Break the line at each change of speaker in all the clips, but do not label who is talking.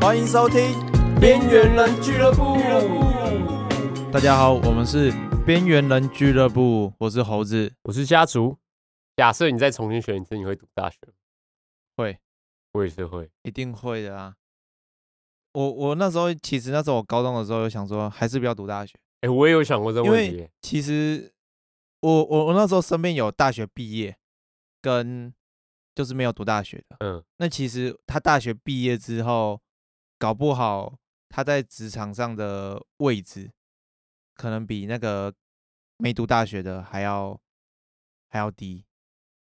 欢迎收听《边缘人俱乐部》。大家好，我们是边缘人俱乐部，我是猴子。
我是家族。假设你再重新选一次，你会读大学吗？
会，
我也是会。
一定会的啊！我我那时候其实那时候我高中的时候有想说，还是不要读大学，
哎、我也有想过这个
因
问题
为
耶。
其实我我我那时候身边有大学毕业跟就是没有读大学的，
嗯，
那其实他大学毕业之后，搞不好他在职场上的位置，可能比那个没读大学的还要还要低。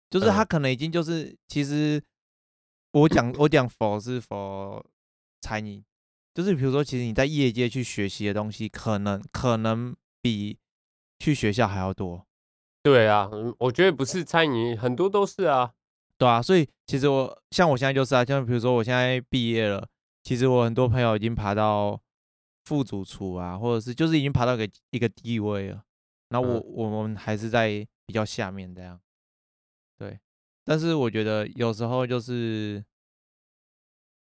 就是他
嗯
可能已经就是，其实我讲我讲否是否餐饮，就是比如说，其实你在业界去学习的东西，可能可能比去学校还要多。
对啊，嗯我觉得不是餐饮，很多都是啊。
对啊，所以其实我像我现在就是啊，像比如说我现在毕业了，其实我很多朋友已经爬到副主厨啊，或者是就是已经爬到一个一个地位了，然后我、
嗯
我们还是在比较下面这样。对，但是我觉得有时候就是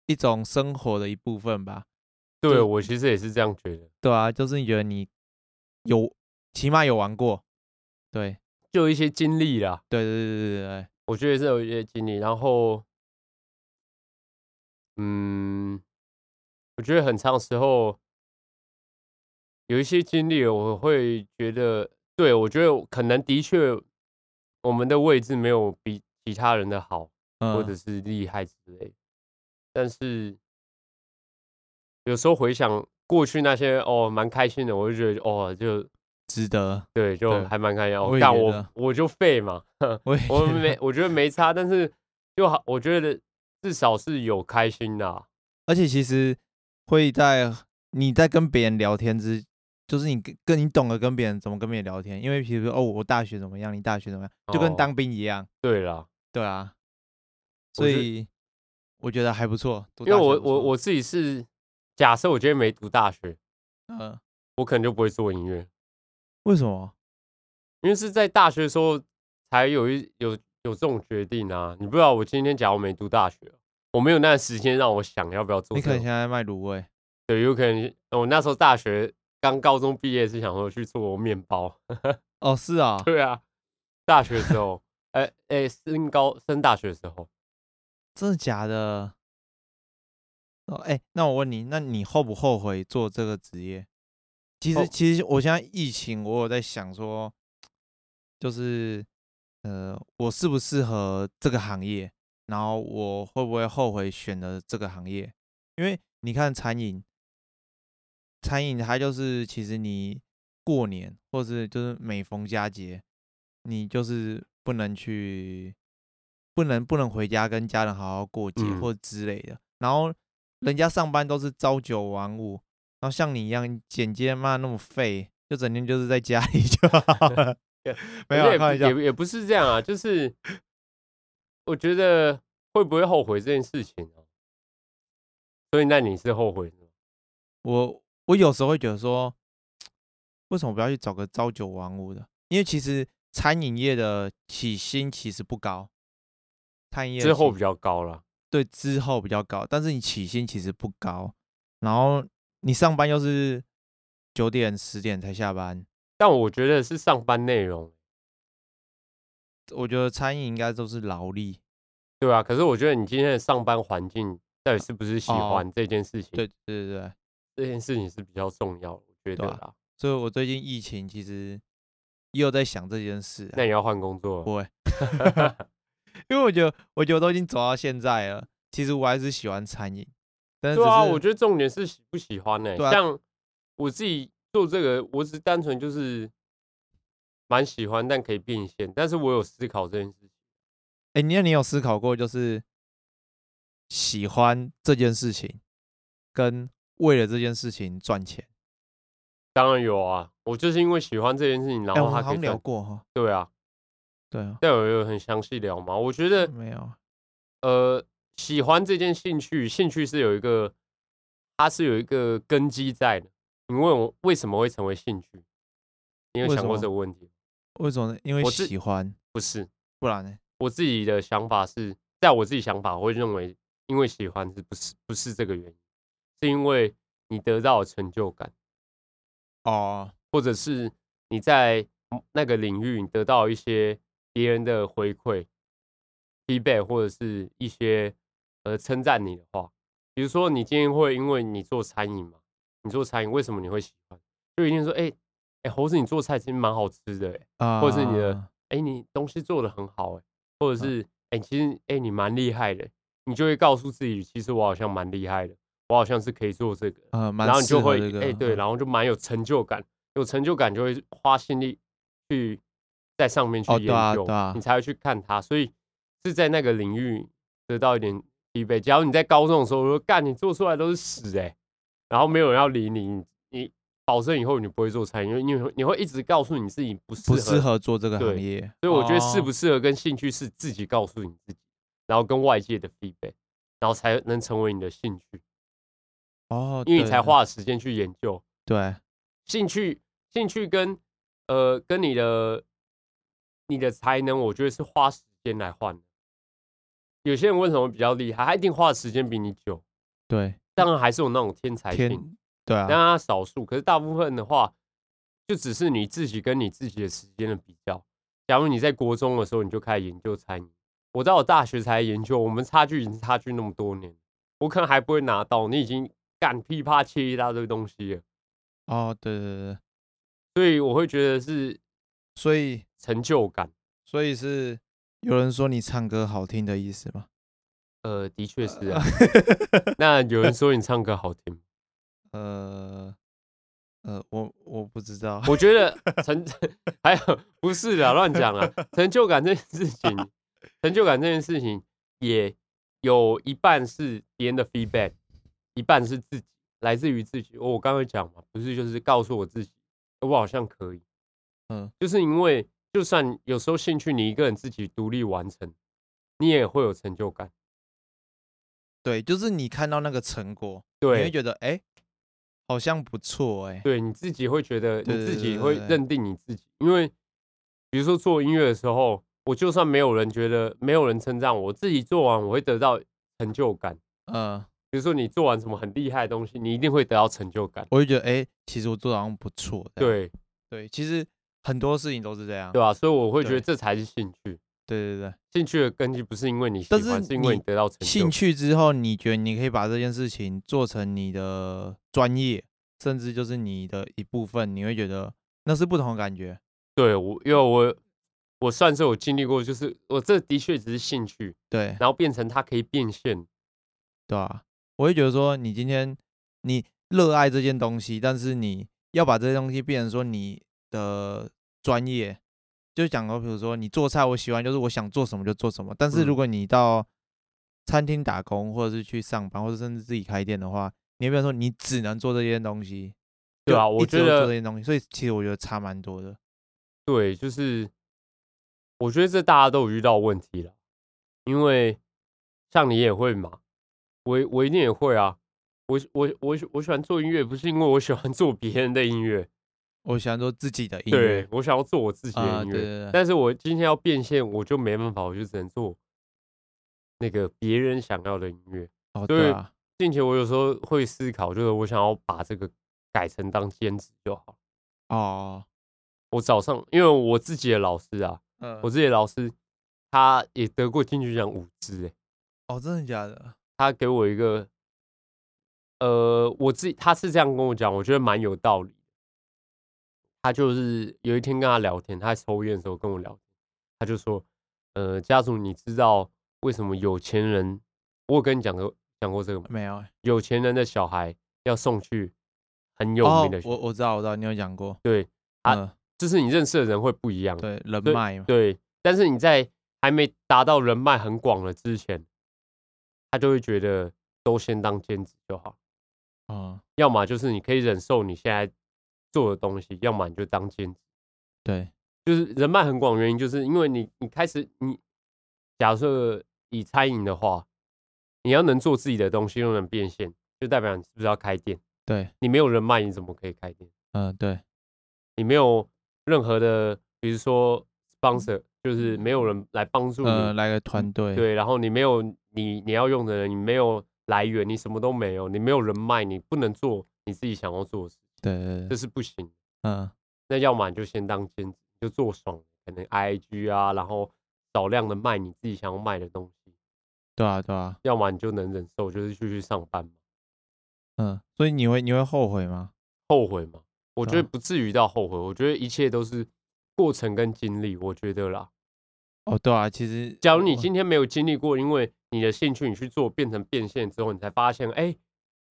一种生活的一部分吧，
对
就
我其实也是这样觉得。
对啊，就是你觉得你有起码有玩过，对
就有一些经历啦，
对对对对对，
我觉得是有一些经历。然后，嗯，我觉得很长时候有一些经历，我会觉得，对我觉得可能的确我们的位置没有比其他人的好。
嗯，
或者是厉害之类的。但是有时候回想过去那些哦，蛮开心的，我就觉得哦，就
值得，
对，就
对
还蛮开心的。
我
哦
也
干
觉
我
得
我就废嘛，
我也
我
觉得
没我觉得没差，但是就好，我觉得至少是有开心啦、
而且其实会在你在跟别人聊天之，就是你跟跟你懂得跟别人怎么跟别人聊天，因为比如说哦，我大学怎么样，你大学怎么样，就跟
哦
当兵一样，
对啦，
对啊，
我
所
是
以我觉得还不错，读
因为
大学
我
还不
我
错，
我自己是假设我今天没读大学，
嗯、
我可能就不会做音乐，
为什么？
因为是在大学的时候才有一有有这种决定啊。你不知道，我今天假如没读大学，我没有那个时间让我啊想要不要做
你
这
可
个。
能现在在卖卤味，
对，有可能我那时候大学刚高中毕业是想说去做面包。
哦，是啊、
对啊，大学的时候， 哎哎、升高升大学的时候，
真的假的？哦，哎、那我问你，那你后不后悔做这个职业？其实，
后
其实我现在疫情，我有在想说，就是呃，我适不适合这个行业，然后我会不会后悔选了这个行业？因为你看餐饮，餐饮它就是其实你过年或是就是每逢佳节，你就是不能去，不能不能回家跟家人好好过节
嗯
或之类的。然后人家上班都是朝九晚五，然后像你一样剪接嘛那么废，就整天就是在家里 就好了
对。
没
我
有啊开
觉得
玩
也
笑
不，也也不是这样啊，就是我觉得会不会后悔这件事情啊？所以那你是后悔的吗？
我我有时候会觉得说，为什么不要去找个朝九晚五的？因为其实餐饮业的起薪其实不高，餐饮业的
之后
起
比较高了，
对之后比较高，但是你起薪其实不高，然后你上班又是九点十点才下班，
但我觉得是上班内容，
我觉得餐饮应该都是劳力，
对啊。可是我觉得你今天的上班环境到底是不是喜
哦
欢这件事情？
对对对对，
这件事情是比较重要的，我觉得
对啊
啦。
所以我最近疫情其实也有在想这件事、啊
那，你要换工作了，
不会，因为我觉得我觉得我都已经走到现在了，其实我还是喜欢餐饮，但是
对啊，我
觉
觉得重点是喜不喜欢呢、
对啊
像我自己做这个，我只是单纯就是蛮喜欢，但可以变现。但是我有思考这件事情，
哎、你那你有思考过就是喜欢这件事情跟为了这件事情赚钱？
当然有啊，我就是因为喜欢这件事情，然
哎、我
后
们
他
好
可以
像聊
赚。
过哈，
对啊，
对啊，
但我有很详细聊嘛。我觉得
没有，
呃，喜欢这件兴趣，兴趣是有一个，它是有一个根基在的。你问我为什么会成为兴趣，你有
为
想
什
过
么
这个问题吗？
为什么呢？因为
我自
喜欢，
不是，
不然呢？
我自己的想法是，在我自己想法，我会认为因为喜欢是不是不是这个原因，是因为你得到了成就感，
哦，
或者是你在那个领域你得到一些别人的回馈、feedback，或者是一些呃称赞你的话。比如说，你今天会因为你做餐饮嘛，你做餐饮为什么你会喜欢？就一定说，哎、哎、猴子，你做菜其实蛮好吃的、哎，
啊、
或者是你的哎、你东西做的很好、哎，或者是哎、其实哎、你蛮厉害的，你就会告诉自己，其实我好像蛮厉害的，我好像是可以做这个。
呃，蛮
然后你
适
就
合
会
这个
哎、对，
嗯
然后就蛮有成就感，有成就感就会花心力去在上面去
哦
研
对啊
究，
对啊
你才会去看它，所以是在那个领域得到一点疲惫。假如你在高中的时候说干，你做出来都是屎哎、然后没有人要理你，你你保证以后你不会做餐饮，因为你会你会一直告诉你自己不适
不
合，
适合做这个
对
行业，
所以我觉得适
哦
不适合跟兴趣是自己告诉你自己，然后跟外界的 feedback，然后才能成为你的兴趣，
哦，
因为你
对
才花了时间去研究。
对
兴趣兴趣跟呃跟你的你的才能，我觉得是花时间来换的。有些人为什么比较厉害？他一定花的时间比你久，
对
当然还是有那种天才
天
性，
对
但
啊，
他少数。可是大部分的话，就只是你自己跟你自己的时间的比较。假如你在国中的时候你就开始研究餐饮，我到我大学才研究，我们差距已经差距那么多年，我可能还不会拿到，你已经干噼啪切一大堆东西了，
哦对对对，对
所以我会觉得是
所以
成就感。
所以是有人说你唱歌好听的意思吗？
呃，的确是啊。 那有人说你唱歌好听吗，
呃呃，我我不知道，
我觉得成 还有不是啦，乱讲啦。成就感这件事情，成就感这件事情也有一半是别人的 feedback，一半是自己来自于自己。哦、我刚刚讲嘛，不是就是告诉我自己，我好像可以。
嗯，
就是因为就算有时候兴趣你一个人自己独立完成，你也会有成就感。
对，就是你看到那个成果，你会
对，
觉得哎、诶好像不错哎、
对，你自己会觉得
对
你自
对
己
对
会
对
认定你自己，因为比如说做音乐的时候，我就算没有人觉得没有人称赞我，我自己做完我会得到成就感。
嗯，
比如说你做完什么很厉害的东西，你一定会得到成就感，
我就觉得哎、诶其实我做的好像不错，这样
对
对，其实很多事情都是这样，
对啊吧、所以我会觉得
对
这才是兴趣。
对对对。
兴趣的根基不是因为你喜
但
欢，
是
是因为
你
你得到成就
兴
感。
趣之后，你觉得你可以把这件事情做成你的专业，甚至就是你的一部分，你会觉得那是不同的感觉。
对我，因为我我算是有经历过，就是我这的确只是兴趣，
对，
然后变成它可以变现。
对啊，我会觉得说，你今天你热爱这件东西，但是你要把这些东西变成说你的专业，就讲到比如说你做菜，我喜欢就是我想做什么就做什么。但是
嗯
如果你到餐厅打工，或者是去上班，或者甚至自己开店的话，你会变成说你只能做这件东西。
对
就
啊我
一直
觉
都做
得
这些东西，所以其实我觉得差蛮多的。
对，就是我觉得这大家都有遇到问题了，因为像你也会嘛，我我一定也会啊。我我我喜我喜欢做音乐，不是因为我喜欢做别人的音乐，
我喜欢做自己的音
对
乐
我想要做我自己
啊、
的音
对
乐。
对对，
但是我今天要变现，我就没办法，我就只能做那个别人想要的音乐。
哦
所
对
以
啊，
并且我有时候会思考，就是我想要把这个改成当兼职就好。
哦，
我早上因为我自己的老师啊，
嗯
我，自己的老师他也得过金曲奖五支、欸，
哦真的假的？
他给我一个，呃，我自己他是这样跟我讲，我觉得蛮有道理的。他就是有一天跟他聊天，他在抽烟的时候跟我聊天，他就说，呃，家族你知道为什么有钱人，我有跟你讲过讲过这个吗？
没有欸，
有钱人的小孩要送去很有
哦
名的，学校，
我我知道我知道，你有讲过，
对啊
嗯，
就是你认识的人会不一样，
对人
对
脉嘛，
对，但是你在还没达到人脉很广了之前，他就会觉得都先当兼职就好，
嗯，
要么就是你可以忍受你现在做的东西，要么你就当兼职。
对，
就是人脉很广，原因就是因为你你开始你假设以餐饮的话，你要能做自己的东西，又能变现，就代表你是不是要开店？
对，
你没有人脉，你怎么可以开店？
嗯，对，
你没有任何的，比如说 sponsor，就是没有人来帮助你，嗯
呃，来个团队，
对，然后你没有你你要用的人，你没有来源，你什么都没有，你没有人脉，你不能做你自己想要做的事，
对对
这
对，
是不行。
嗯
那要么你就先当兼职，你就做爽，可能 IG 啊，然后少量的卖你自己想要卖的东西；
对啊对啊，
要么你就能忍受，就是继续上班嘛，
嗯，所以你会你会后悔吗？
后悔嘛？我觉
对啊
得不至于到后悔，我觉得一切都是过程跟经历，我觉得啦。
哦，对啊，其实
假如你
我
今天没有经历过，因为你的兴趣你去做变成变现之后，你才发现，哎、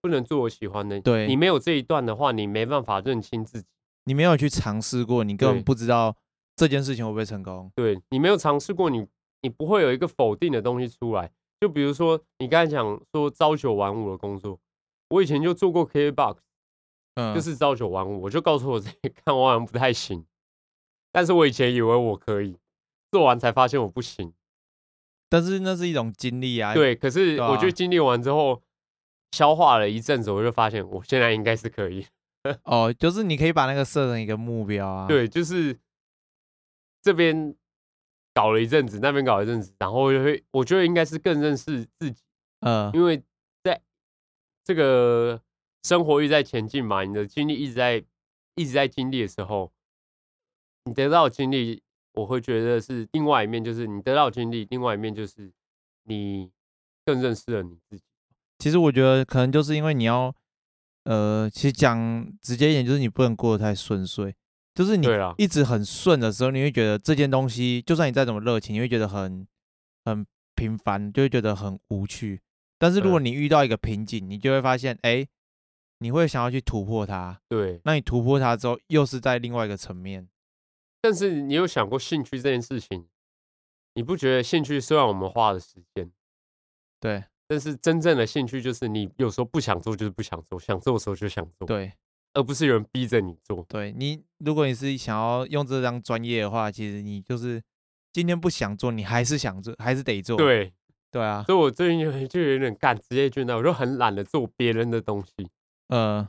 不能做我喜欢的。
对
你没有这一段的话，你没办法认清自己。
你没有去尝试过，你根本
对
不知道这件事情会不会成功。
对你没有尝试过，你你不会有一个否定的东西出来。就比如说你刚才讲说朝九晚五的工作，我以前就做过 KBox，
嗯，
就是朝九晚五，我就告诉我自己， 看我好像不太行。但是我以前以为我可以，做完才发现我不行。
但是那是一种经历啊。，
对，可是
对
我觉
啊
得经历完之后，消化了一阵子，我就发现我现在应该是可以。
哦，就是你可以把那个设成一个目标啊。，
对，就是这边搞了一阵子，那边搞了一阵子，然后就会，我觉得应该是更认识自己，
嗯，
因为在这个生活一直在前进嘛，你的经历一直在一直在经历的时候，你得到的经历，我会觉得是另外一面，就是你得到的经历，另外一面就是你更认识了你自己。
其实我觉得可能就是因为你要，呃，其实讲直接一点，就是你不能过得太顺遂，就是你
对啊啦
一直很顺的时候，你会觉得这件东西，就算你再怎么热情，你会觉得很很平凡，就会觉得很无趣。但是如果
嗯
你遇到一个瓶颈，你就会发现，哎，你会想要去突破它。
对，
那你突破它之后，又是在另外一个层面。
但是你有想过兴趣这件事情？你不觉得兴趣虽然我们花了时间，
对
但是真正的兴趣就是你有时候不想做就是不想做，想做的时候就想做，
对
而不是有人逼着你做。
对，你如果你是想要用这张专业的话，其实你就是今天不想做，你还是想做，还是得做。
对，
对啊，
所以我最近就就有点干职业倦怠，我就很懒得做别人的东西，
呃，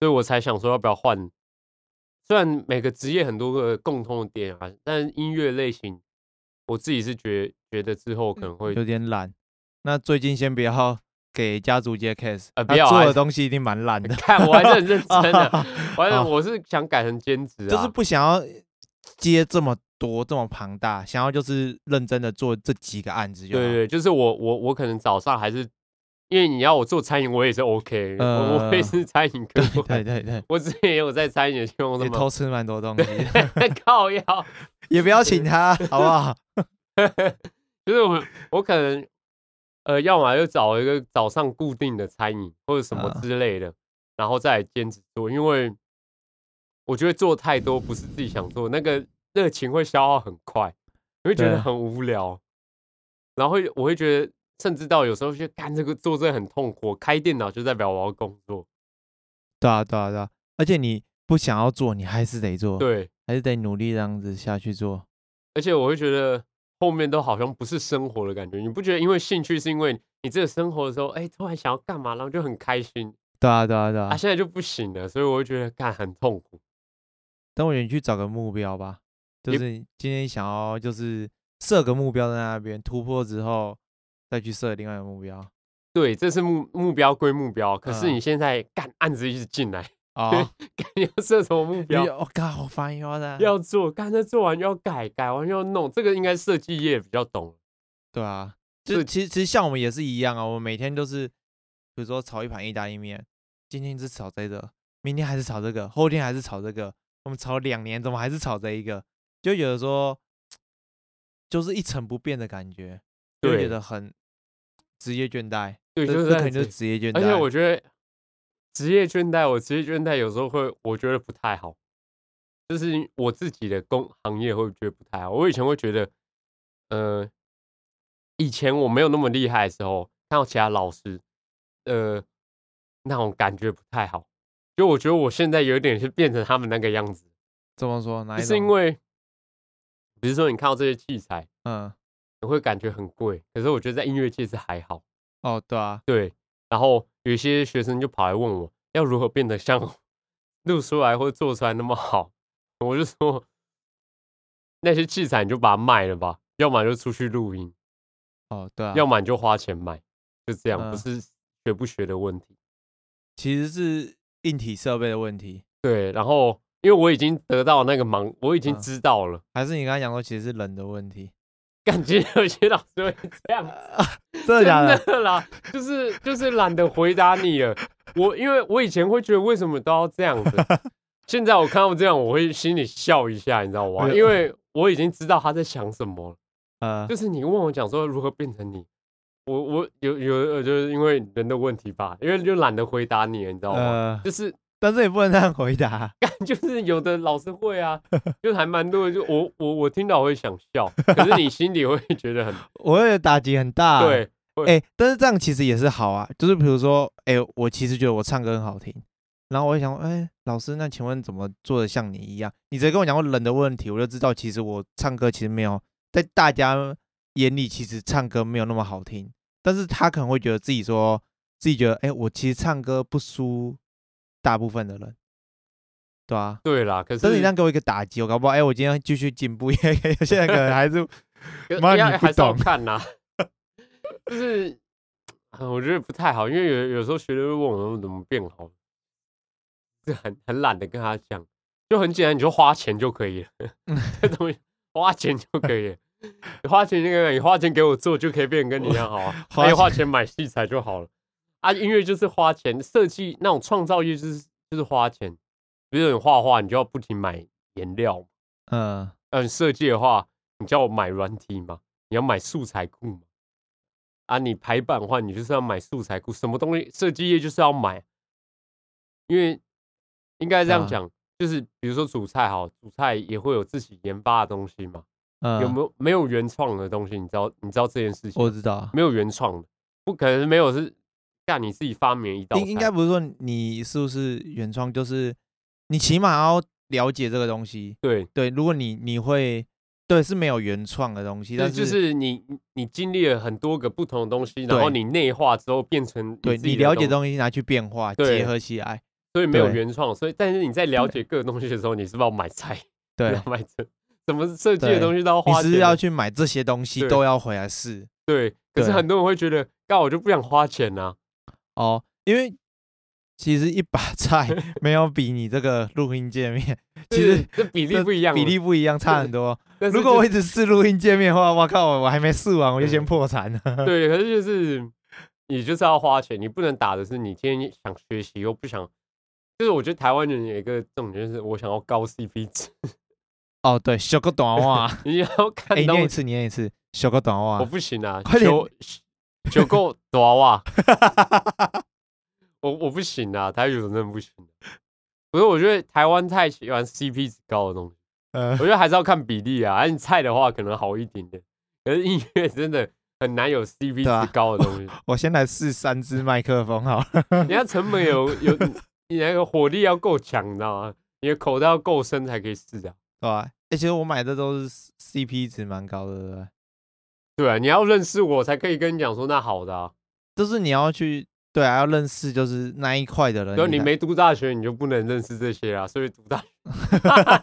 所以我才想说要不要换。虽然每个职业很多个共通的点啊，但音乐类型，我自己是觉觉得之后可能会
有点懒。那最近先不要给家族接 case，
呃不
他
要
做
还
的
是，
东西一定蛮烂的
看，我还是很认真 的、反
啊
正我是想改成兼职啊，
就是不想要接这么多这么庞大，想要就是认真的做这几个案子就好。
对对，就是我我我可能早上还是，因为你要我做餐饮，我也是 OK，、我我也
呃
是餐 饮科
对
管，
对对对
我之前也有在餐饮的情况
也
什 么
偷吃蛮多东西的，
靠腰，
也不要请 他，好不好？
就是我我可能呃，要么就找一个早上固定的餐饮或者什么
啊
之类的，然后再来兼职做，因为我觉得做太多不是自己想做，那个热情会消耗很快，你会觉
对
得
啊
很无聊，然后会我会觉得，甚至到有时候就干这个做这个很痛苦，我开电脑就代表我要工作，
对啊，对啊，对啊，而且你不想要做，你还是得做，
对，
还是得努力这样子下去做。
而且我会觉得后面都好像不是生活的感觉，你不觉得？因为兴趣是因为你这个生活的时候，哎、突然想要干嘛，然后就很开心。
对啊，对啊，对啊。
啊，现在就不行了，所以我会觉得干很痛苦。
等我你去找个目标吧，就
也
是你今天想要就是设个目标在那边突破之后，再去设另外一个目 标。
对，这是目目标归目标，可是
嗯
你现在干案子一直进来，
哦，
干你要设什么目
因为
标？
我靠，好烦又要在
要做，干这做完又要改，改完又要弄，这个应该设计业比较懂。
对啊，就是其实其实像我们也是一样啊，我们每天都是，比如说炒一盘意大利面，今天是炒这个，明天还是炒这个，后天还是炒这个，我们炒两年怎么还是炒这一个，就会觉得说，就是一成不变的感觉，就会觉
对
得很职业倦怠，
对，
这
就是
这
这
肯定
样
就是
子。
职业倦怠，
而且我觉得职业倦怠，我职业倦怠有时候会，我觉得不太好，就是我自己的工行业会觉得不太好。我以前会觉得，呃，以前我没有那么厉害的时候，看到其他老师，呃，那种感觉不太好。就我觉得我现在有点是变成他们那个样子，
怎么说？哪
就
一
是因
种
为，比如说你看到这些器材，
嗯，
你会感觉很贵，可是我觉得在音乐界是还好。
哦，对啊，
对，然后有一些学生就跑来问我，要如何变得像 我录出来或做出来那么好，我就说，那些器材你就把它卖了吧，要么就出去录音，
哦，对啊，
要么你就花钱买，就这样，
嗯
不是学不学的问题。
其实是硬体设备的问题，
对，然后因为我已经得到那个盲，我已经
嗯
知道了，
还是你刚才讲说其实是人的问题？
感觉有些老师会这样
真的假的？
真的啦，就是就是懒得回答你了。我因为我以前会觉得为什么都要这样子， 现在我看到这样，我会心里笑一下，你知道吗？
嗯
因为我已经知道他在想什么了。
呃
就是你问我讲说如何变成你，我我有有呃就是因为人的问题吧，因为就懒得回答你了，你知道吗？
呃，
就是
但是也不能这样回答。
就是有的老师会啊，就还蛮多的，就我我我听到会想笑，可是你心里会觉 得很
我会觉得打击很大。，
对，
哎、但是这样其实也是好啊，就是比如说，哎、我其实觉得我唱歌很好听，然后我就想，哎、老师，那请问怎么做的像你一样？你直接跟我讲过人的问题，我就知道其实我唱歌其实没有在大家眼里，其实唱歌没有那么好听，但是他可能会觉得自己说自己觉得，哎、我其实唱歌不输大部分的人，对啊。
对啦，可是
但是你这样给我一个打击，我搞不好，哎、我今天继续进步，因 为有些人可能还是
可
妈
一样
你不
还是要
懂
看呐、就是啊我觉得不太好，因为有有时候学生会问我怎么变好，是很很懒得跟他讲，就很简单，你就花钱就可以了， 这东西花钱就可以了。你花钱那个，你花钱给我做就可以变得跟你一样好 啊，
花
还
钱
花钱买器材就好了啊。音乐就是花钱，设计那种创造业就是就是花钱，比如你画画，你就要不停买颜料嘛
嗯
嗯，设计的话，你叫我买软体嘛，你要买素材库嘛。啊，你排版的话，你就是要买素材库，什么东西设计业就是要买，因为应该这样
啊
讲，就是比如说主菜好，主菜也会有自己研发的东西嘛，
嗯，
有没有没有原创的东西？你知道你知道这件事情吗，
我知道，
没有原创的，不可能没有是干你自己发明一道菜，
应应该不是说你是不是原创，就是你起码要了解这个东西。
对，
对，如果你你会对是没有原创的东西，
就
但
就是你你你经历了很多个不同的东西，然后
对
你内化之后变成
对
自己
你
的
了解
东西
东西拿去变化
对
结合起来，
所以没有
对
原创，所以但是你在了解各个东西的时候，你是不是要买菜，
对
要，买这什么设计的
对
东西都要
你
花
是
钱
不
的，
是要去买这些东西
对
都要回来试
对。可是
对
很多人会觉得，干我就不想花钱啊呐、
哦，因为其实一把 菜没有比你这个录音界面
就
其
是
实
这比例
这
不一样，
比例。不一样，差很多。
但是
如果
就
我一直试录音界面的话，我靠，我我还没试完我就先
对
破产了。
对，可是就是你就是要花钱，你不能打的是你今天想学习又不想。就是我觉得台湾人有一个重点，就是我想要高 CP 值，
哦，对，修个短袜。
你要
哎、
看
你
东
念
西
一。次，你念一次，小个短袜
我。不行啊，
快点
求求够多哇！我我不行啊，台语真的不行、不是，我觉得台湾太喜欢 CP 值高的东西，
呃
我，觉得还是要看比例啊。啊，你菜的话可能好一点点，可是音乐真的很难有 CP
对啊
值高的东西，
我先来试三支麦克风好了。
你要成本有有，你那个火力要够强，你知道吗？你的口袋要够深才可以试啊。
对吧、哎，其实我买的都是 C- CP 值蛮高的，对不对？
对啊，你要认识我才可以跟你讲说那好的啊。
就是你要去对啊，要认识就是那一块的人。
然啊后你
才
没读大学，你就不能认识这些啊，所以读大 学，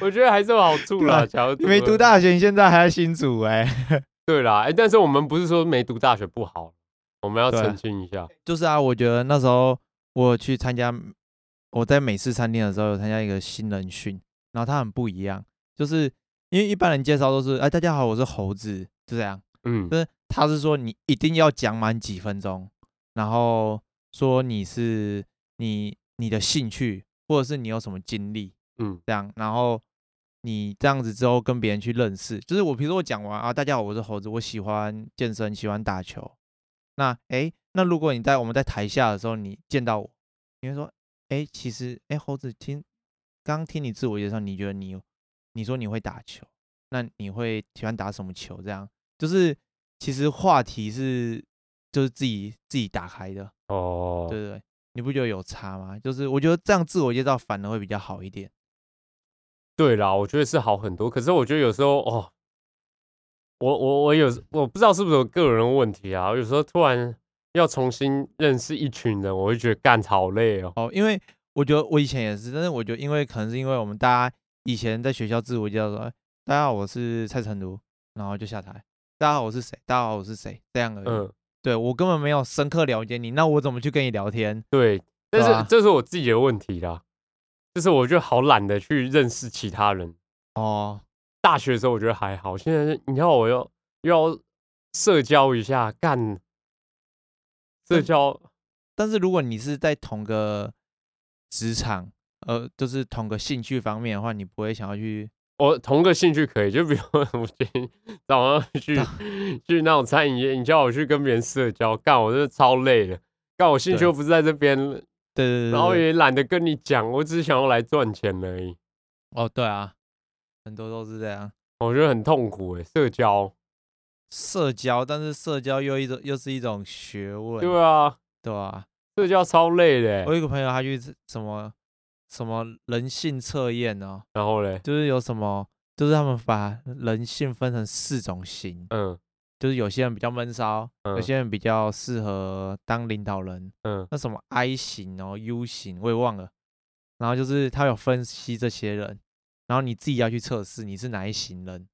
我觉得还是有好处啦。
对啊
假如
你没读
了，
大学，你现在还在新组哎、
对啦，哎、但是我们不是说没读大学不好，我们要
对啊
澄清一下。
就是啊，我觉得那时候我去参加，我在美式餐厅的时候有参加一个新人训，然后他很不一样，就是因为一般人介绍都是哎大家好，我是猴子，就这样。
嗯，
但是他是说你一定要讲满几分钟，然后说你是你你的兴趣或者是你有什么经历，
嗯，
这样，然后你这样子之后跟别人去认识，就是我比如说我讲完啊，大家好，我是猴子，我喜欢健身，喜欢打球。那诶，那如果你在我们在台下的时候，你见到我，你会说，诶，其实诶，猴子听刚听你自我介绍，你觉得你你说你会打球，那你会喜欢打什么球？这样就是其实话题是就是自己自己打开的，
哦，
对对对，你不觉得有差吗？就是我觉得这样自我介绍反而会比较好一点。
对啦，我觉得是好很多。可是我觉得有时候哦，我我我有我不知道是不是我个人的问题啊，有时候突然要重新认识一群人，我会觉得干好累哦。
哦，因为我觉得我以前也是，但是我觉得因为可能是因为我们大家以前在学校自我介绍说，哎大家好，我是蔡成儒，然后就下台。大家好，我是谁？大家好，我是谁？这样而已。
嗯，
对我根本没有深刻了解你，那我怎么去跟你聊天？
对，但
对
是、
啊
这是我自己的问题啦，就是我就好懒得去认识其他人。
哦，
大学的时候我觉得还好，现在是你要我要要社交一下，干社
真
交
但是如果你是在同个职场，呃，就是同个兴趣方面的话，你不会想要去
我同个兴趣可以，就比如我今天 早上 去去那种餐饮业，你叫我去跟别人社交，干我真的超累的，干我兴趣
对
又不是在这边，
对对对
然后
对
也懒得跟你讲，我只是想要来赚钱而已，
哦，对啊，很多都是这样
我觉得很痛苦诶、社交，
社交，但是社交又一种又是一种学问，
对啊，
对吧？
社交超累的欸、
我有一个朋友，他去什么什么人性测验哦，
然后嘞，
就是有什么，就是他们把人性分成四种型，
嗯
就是有些人比较闷骚，有
嗯
些人比较适合当领导人，
嗯
那什么 I 型哦、U 型我也忘了，然后就是他有分析这些人，然后你自己要去测试你是哪一型人，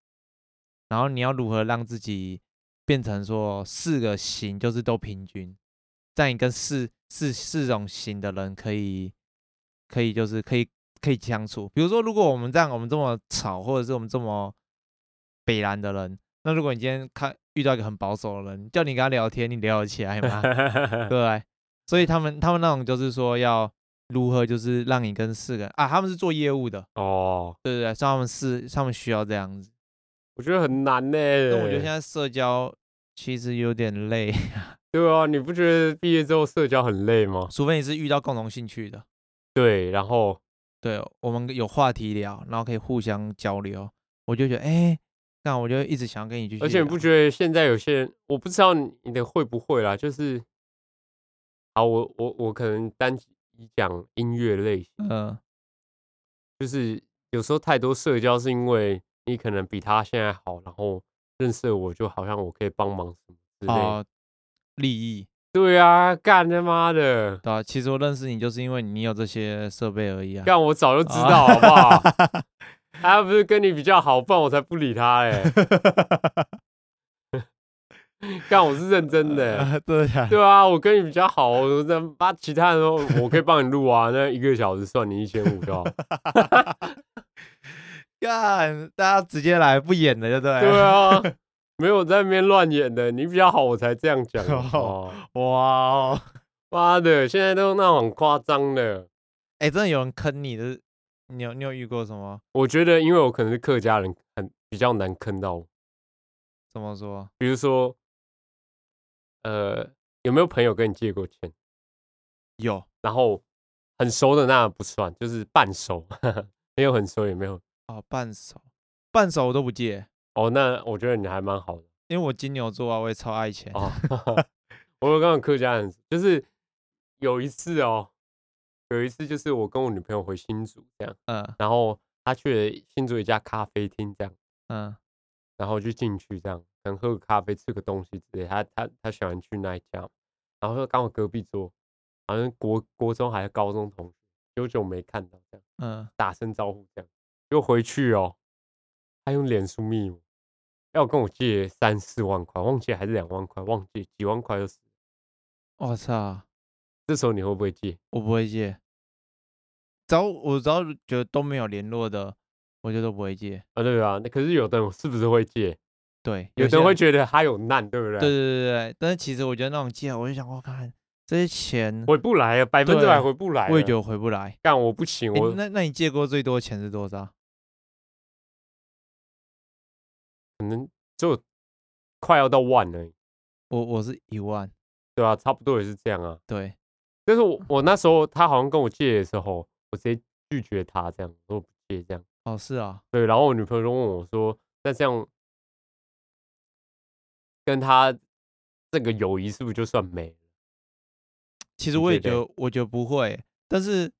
然后你要如何让自己变成说四个型就是都平均，在你跟四四四种型的人可以可以就是可以可以相处。比如说，如果我们这样，我们这么吵，或者是我们这么北蓝的人，那如果你今天看遇到一个很保守的人，叫你跟他聊天，你聊得起来吗？对不对，所以他们他们那种就是说要如何就是让你跟四个人啊，他们是做业务的，
哦，
对对对，所以他们是他们需要这样子。
我觉得很难呢、
那我觉得现在社交其实有点累，
对啊，你不觉得毕业之后社交很累吗？
除非你是遇到共同兴趣的，
对，然后
对我们有话题聊，然后可以互相交流，我就觉得哎。那我就一直想要跟你继续聊，
而且你不觉得现在有些人，我不知道你你的会不会啦，就是，好，我我我可能单以讲音乐类型，
嗯，
就是有时候太多社交是因为你可能比他现在好，然后认识了我就好像我可以帮忙什么之类的。
哦，利益
对啊，干他妈的，
对啊，其实我认识你就是因为你有这些设备而已 啊。
干我早就知
啊
道好不好？他不是跟你比较好，不然我才不理他欸 嘞、干我是认真的欸、
啊对啊，
对啊，我跟你比较好，我那把其他人都我可以帮你录啊，那一个小时算你一千五就好。
干，大家直接来，不演了，对不对？
对啊，没有在那边乱演的，你比较好，我才这样讲的。哦
哦，哇哦，
妈的，现在都那种很夸张的。
哎、真的有人坑你的，你有你有遇过什么？
我觉得，因为我可能是客家人，很比较难坑到我。
怎么说？
比如说，呃，有没有朋友跟你借过钱？
有
然后很熟的那不算，就是半熟， 没有很熟也没有。
哦，半手，半手我都不借，
哦，那我觉得你还蛮好的。
因为我金牛座啊，我也超爱钱。
哦， 我有跟我客家人，就是有一次哦，有一次就是我跟我女朋友回新竹这样，
嗯
然后她去了新竹一家咖啡厅这样，
嗯
然后就进去这样，想喝个咖啡吃个东西之类，她她她喜欢去那一家，然后刚好隔壁桌，好像国国中还是高中同学，久久没看到这样，
嗯，
打声招呼这样，又回去哦，她用脸书密我。要跟我借三四万块，忘记还是两万块，忘记几万块就是
我操，
这时候你会不会借？
我不会借。只要我只要觉得都没有联络的，我就都不会借。
啊，对啊，那可是有的人是不是会借？
对，
有
些
的人会
人
觉得他有难，对不对？
对对对对，但是其实我觉得那种借，我就想，我看这些钱，
回不来了，啊百分之
对啊
百回不来了。
我也觉得回不来。
干我不行，
诶
我
那那你借过最多钱是多少？
可能就快要到万了，
我我是一万，
对啊，差不多也是这样啊。
对，
但是我我那时候他好像跟我借的时候，我直接拒绝他，这样我说不借这样。
哦是啊，
对，然后我女朋友就问我说：“那这样跟他这个友谊是不是就算没了？”
其实
你
我也
觉
觉
得
得我觉得不会，但是、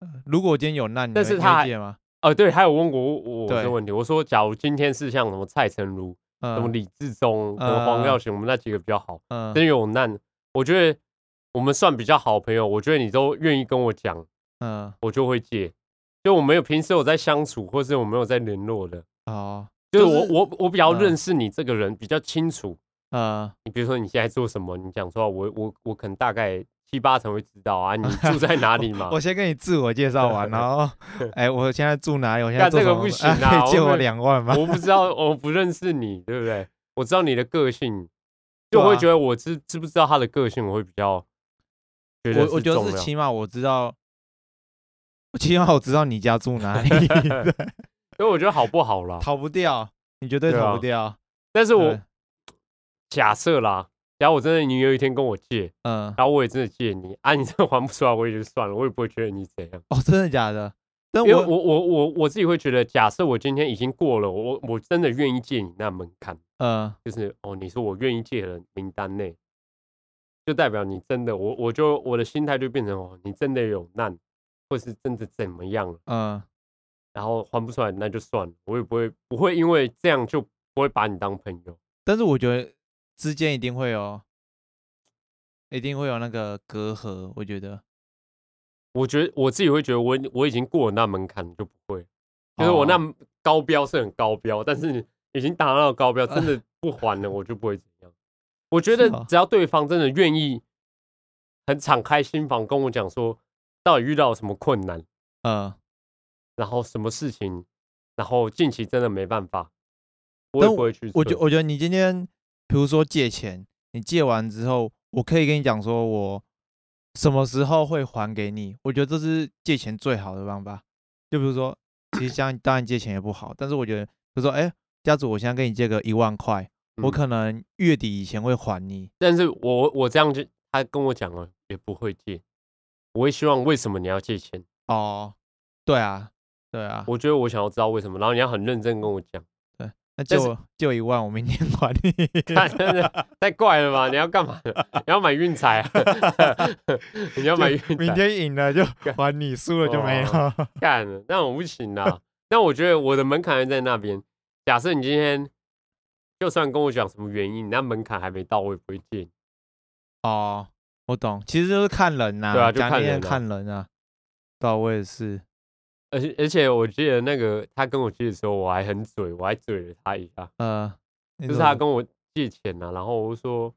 呃如果我今天有难，你
但
会
是
你
他
会
还
借吗？
哦，对，还有问过我我这
对
个问题，我说假如今天是像什么蔡成儒、什么
嗯
李志忠、什么黄耀
嗯
雄，我们那几个比较好，真
嗯
有难，我觉得我们算比较好朋友，我觉得你都愿意跟我讲，
嗯，
我就会借。就我没有平时有在相处，或是我没有在联络的，
好，
就是
就
我
是
我我比较
嗯
认识你这个人，比较清楚
呃，
你比如说你现在做什么，你讲说我我我可能大概七八成会知道啊，你住在哪里嘛
我？先跟你自我介绍完，然后，哎，我现在住哪里？我现在
干
做
这
什
个
么
不
啊
行啊
可以借
我
我
们
两万吗？
我不知道，我不认识你，对不对？我知道你的 个性，
对
就我会
啊
觉得我知知不知道他的个性，我会比较觉得
我我觉得
重
是
要。
起码我知道，起码我知道你家住哪 里，对
所以我觉得好不好啦？
逃不掉，你绝对
对
逃
啊
不掉。
但是我
对
假设啦，假如我真的你有一天跟我借，
嗯，
然后我也真的借你啊，你真的还不出来，我也就算了，我也不会觉得你怎样。
哦，真的假的？但
因为
我
我我我我自己会觉得，假设我今天已经过了，我我真的愿意借你那门槛，
呃，
就是哦，你说我愿意借的名单内，就代表你真的，我我就我的心态就变成哦，你真的有难，或是真的怎么样了，
嗯
然后还不出来那就算了，我也不会不会因为这样就不会把你当朋友。
但是我觉得之间一定会有，一定会有那个隔阂。我觉得，
我觉得我自己会觉得我我已经过了那门槛，就不会，就是我那
哦
么高标是很高标，但是已经达到高标，真的不还了，我就不会怎样。我觉
是
得
哦
只要对方真的愿意很敞开心房跟我讲说，到底遇到什么困难，
呃，
然后什么事情，然后近期真的没办法，我也
但
不会去催。
我觉我觉得你今天，比如说借钱，你借完之后，我可以跟你讲说我什么时候会还给你。我觉得这是借钱最好的方法。就比如说，其实像当然借钱也不好，但是我觉得，比如说，哎，家主，我现在跟你借个一万块，我
嗯
可能月底以前会还你。
但是我我这样就他跟我讲了，也不会借。我会希望为什么你要借钱？
哦，对啊，对啊，
我觉得我想要知道为什么，然后你要很认真跟我讲。
那借
但是
我借我一万，我明天还你。
看，真的太怪了吧？你要干嘛？你要买运 彩、啊？你要买运彩？
明天赢 了就还你，输了就没
哦
了。
干了，那我不行啦。那我觉得我的门槛还在那边。假设你今天就算跟我讲什么原因，你那门槛还没到，我也不会借你。
哦，我懂，其实就是看人呐、
对啊就
讲
看
一
人
点
啊
看人啊。对啊，我也是。
而且而且，我记得那个他跟我借的时候，我还很嘴，我还嘴了他一下，
呃，你
就是
说
他
什么
跟我借钱啊，然后我就说，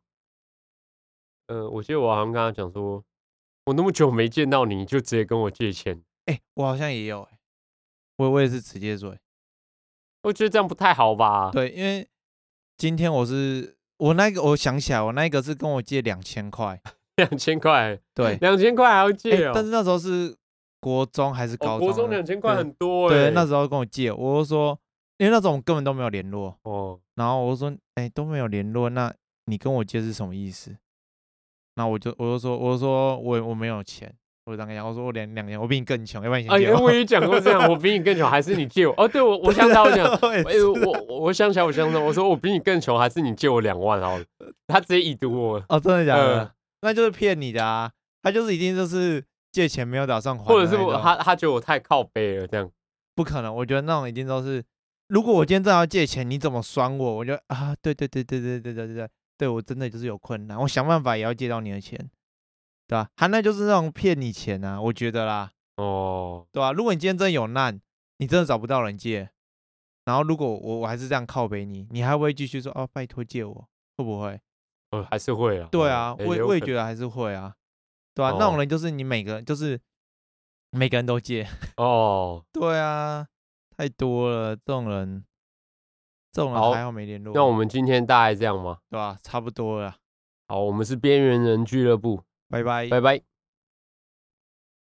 呃，我记得我好像跟他讲说，我那么久没见到你，你就直接跟我借钱。
哎、我好像也有、欸，我我也是直接追。
我觉得这样不太好吧？
对，因为今天我是我那个，我想起来，我那个是跟我借两千块。
两千块，，
对
两千块还要
哎
借哦。
但是那时候是国中还是
哦
高中的？啊
国中两千块
对
很多哎。
对，那时候跟我借，我就说，因为那时候我们根本都没有联络，
哦，
然后我就说，哎、都没有联络，那你跟我借是什么意思？那我就我就说，我就说我我没有钱，我刚刚讲，我说我两两年，我比你更穷，要不然你
哎
先借，我。
我也讲过这样，我比你更穷，还是你借我？哦，对，我我想起来，我讲，
我也
哎，
是啊
我我我想起来，我想起来，我说我比你更穷，还是你借我两 万好了？他直接已读我，
哦，真的假的？
呃
那就是骗你的啊！他就是一定就是借钱没有打算还的
或
那
者
一
是
种，
我他他觉得我太靠背了，这样
不可能。我觉得那种一定都是，如果我今天正要借钱，你怎么酸我？我就啊，对对对对对对对对对，对我真的就是有困难，我想办法也要借到你的钱，对吧、他那就是那种骗你钱啊，我觉得啦，
哦，
对吧、啊如果你今天真有难，你真的找不到人借，然后如果我我还是这样靠北你，你还会继续说哦，拜托借我，会不会？
呃，还是会啊。
对啊，
也
我也
有
我也
可
觉得还是会啊，对啊，那
哦
种人就是你每个就是每个人都借，
哦。
对啊，太多了，这种人，这种
好
人还好没联络，啊
那我们今天大概这样吗？
对吧、差不多了，
好，我们是边缘人俱乐部，
拜拜。
嗯拜拜。